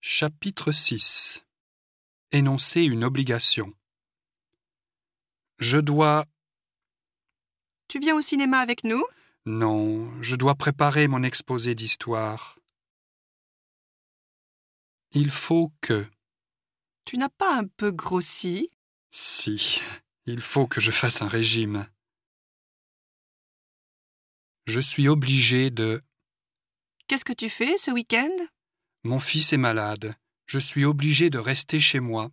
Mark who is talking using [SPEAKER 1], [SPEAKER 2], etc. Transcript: [SPEAKER 1] Chapitre 6 Énoncer une obligation. Je dois.
[SPEAKER 2] Tu viens au cinéma avec nous
[SPEAKER 1] Non, je dois préparer mon exposé d'histoire. Il faut que.
[SPEAKER 2] Tu n'as pas un peu grossi
[SPEAKER 1] Si, il faut que je fasse un régime. Je suis obligé de.
[SPEAKER 2] Qu'est-ce que tu fais ce week-end
[SPEAKER 1] Mon fils est malade. Je suis obligé de rester chez moi.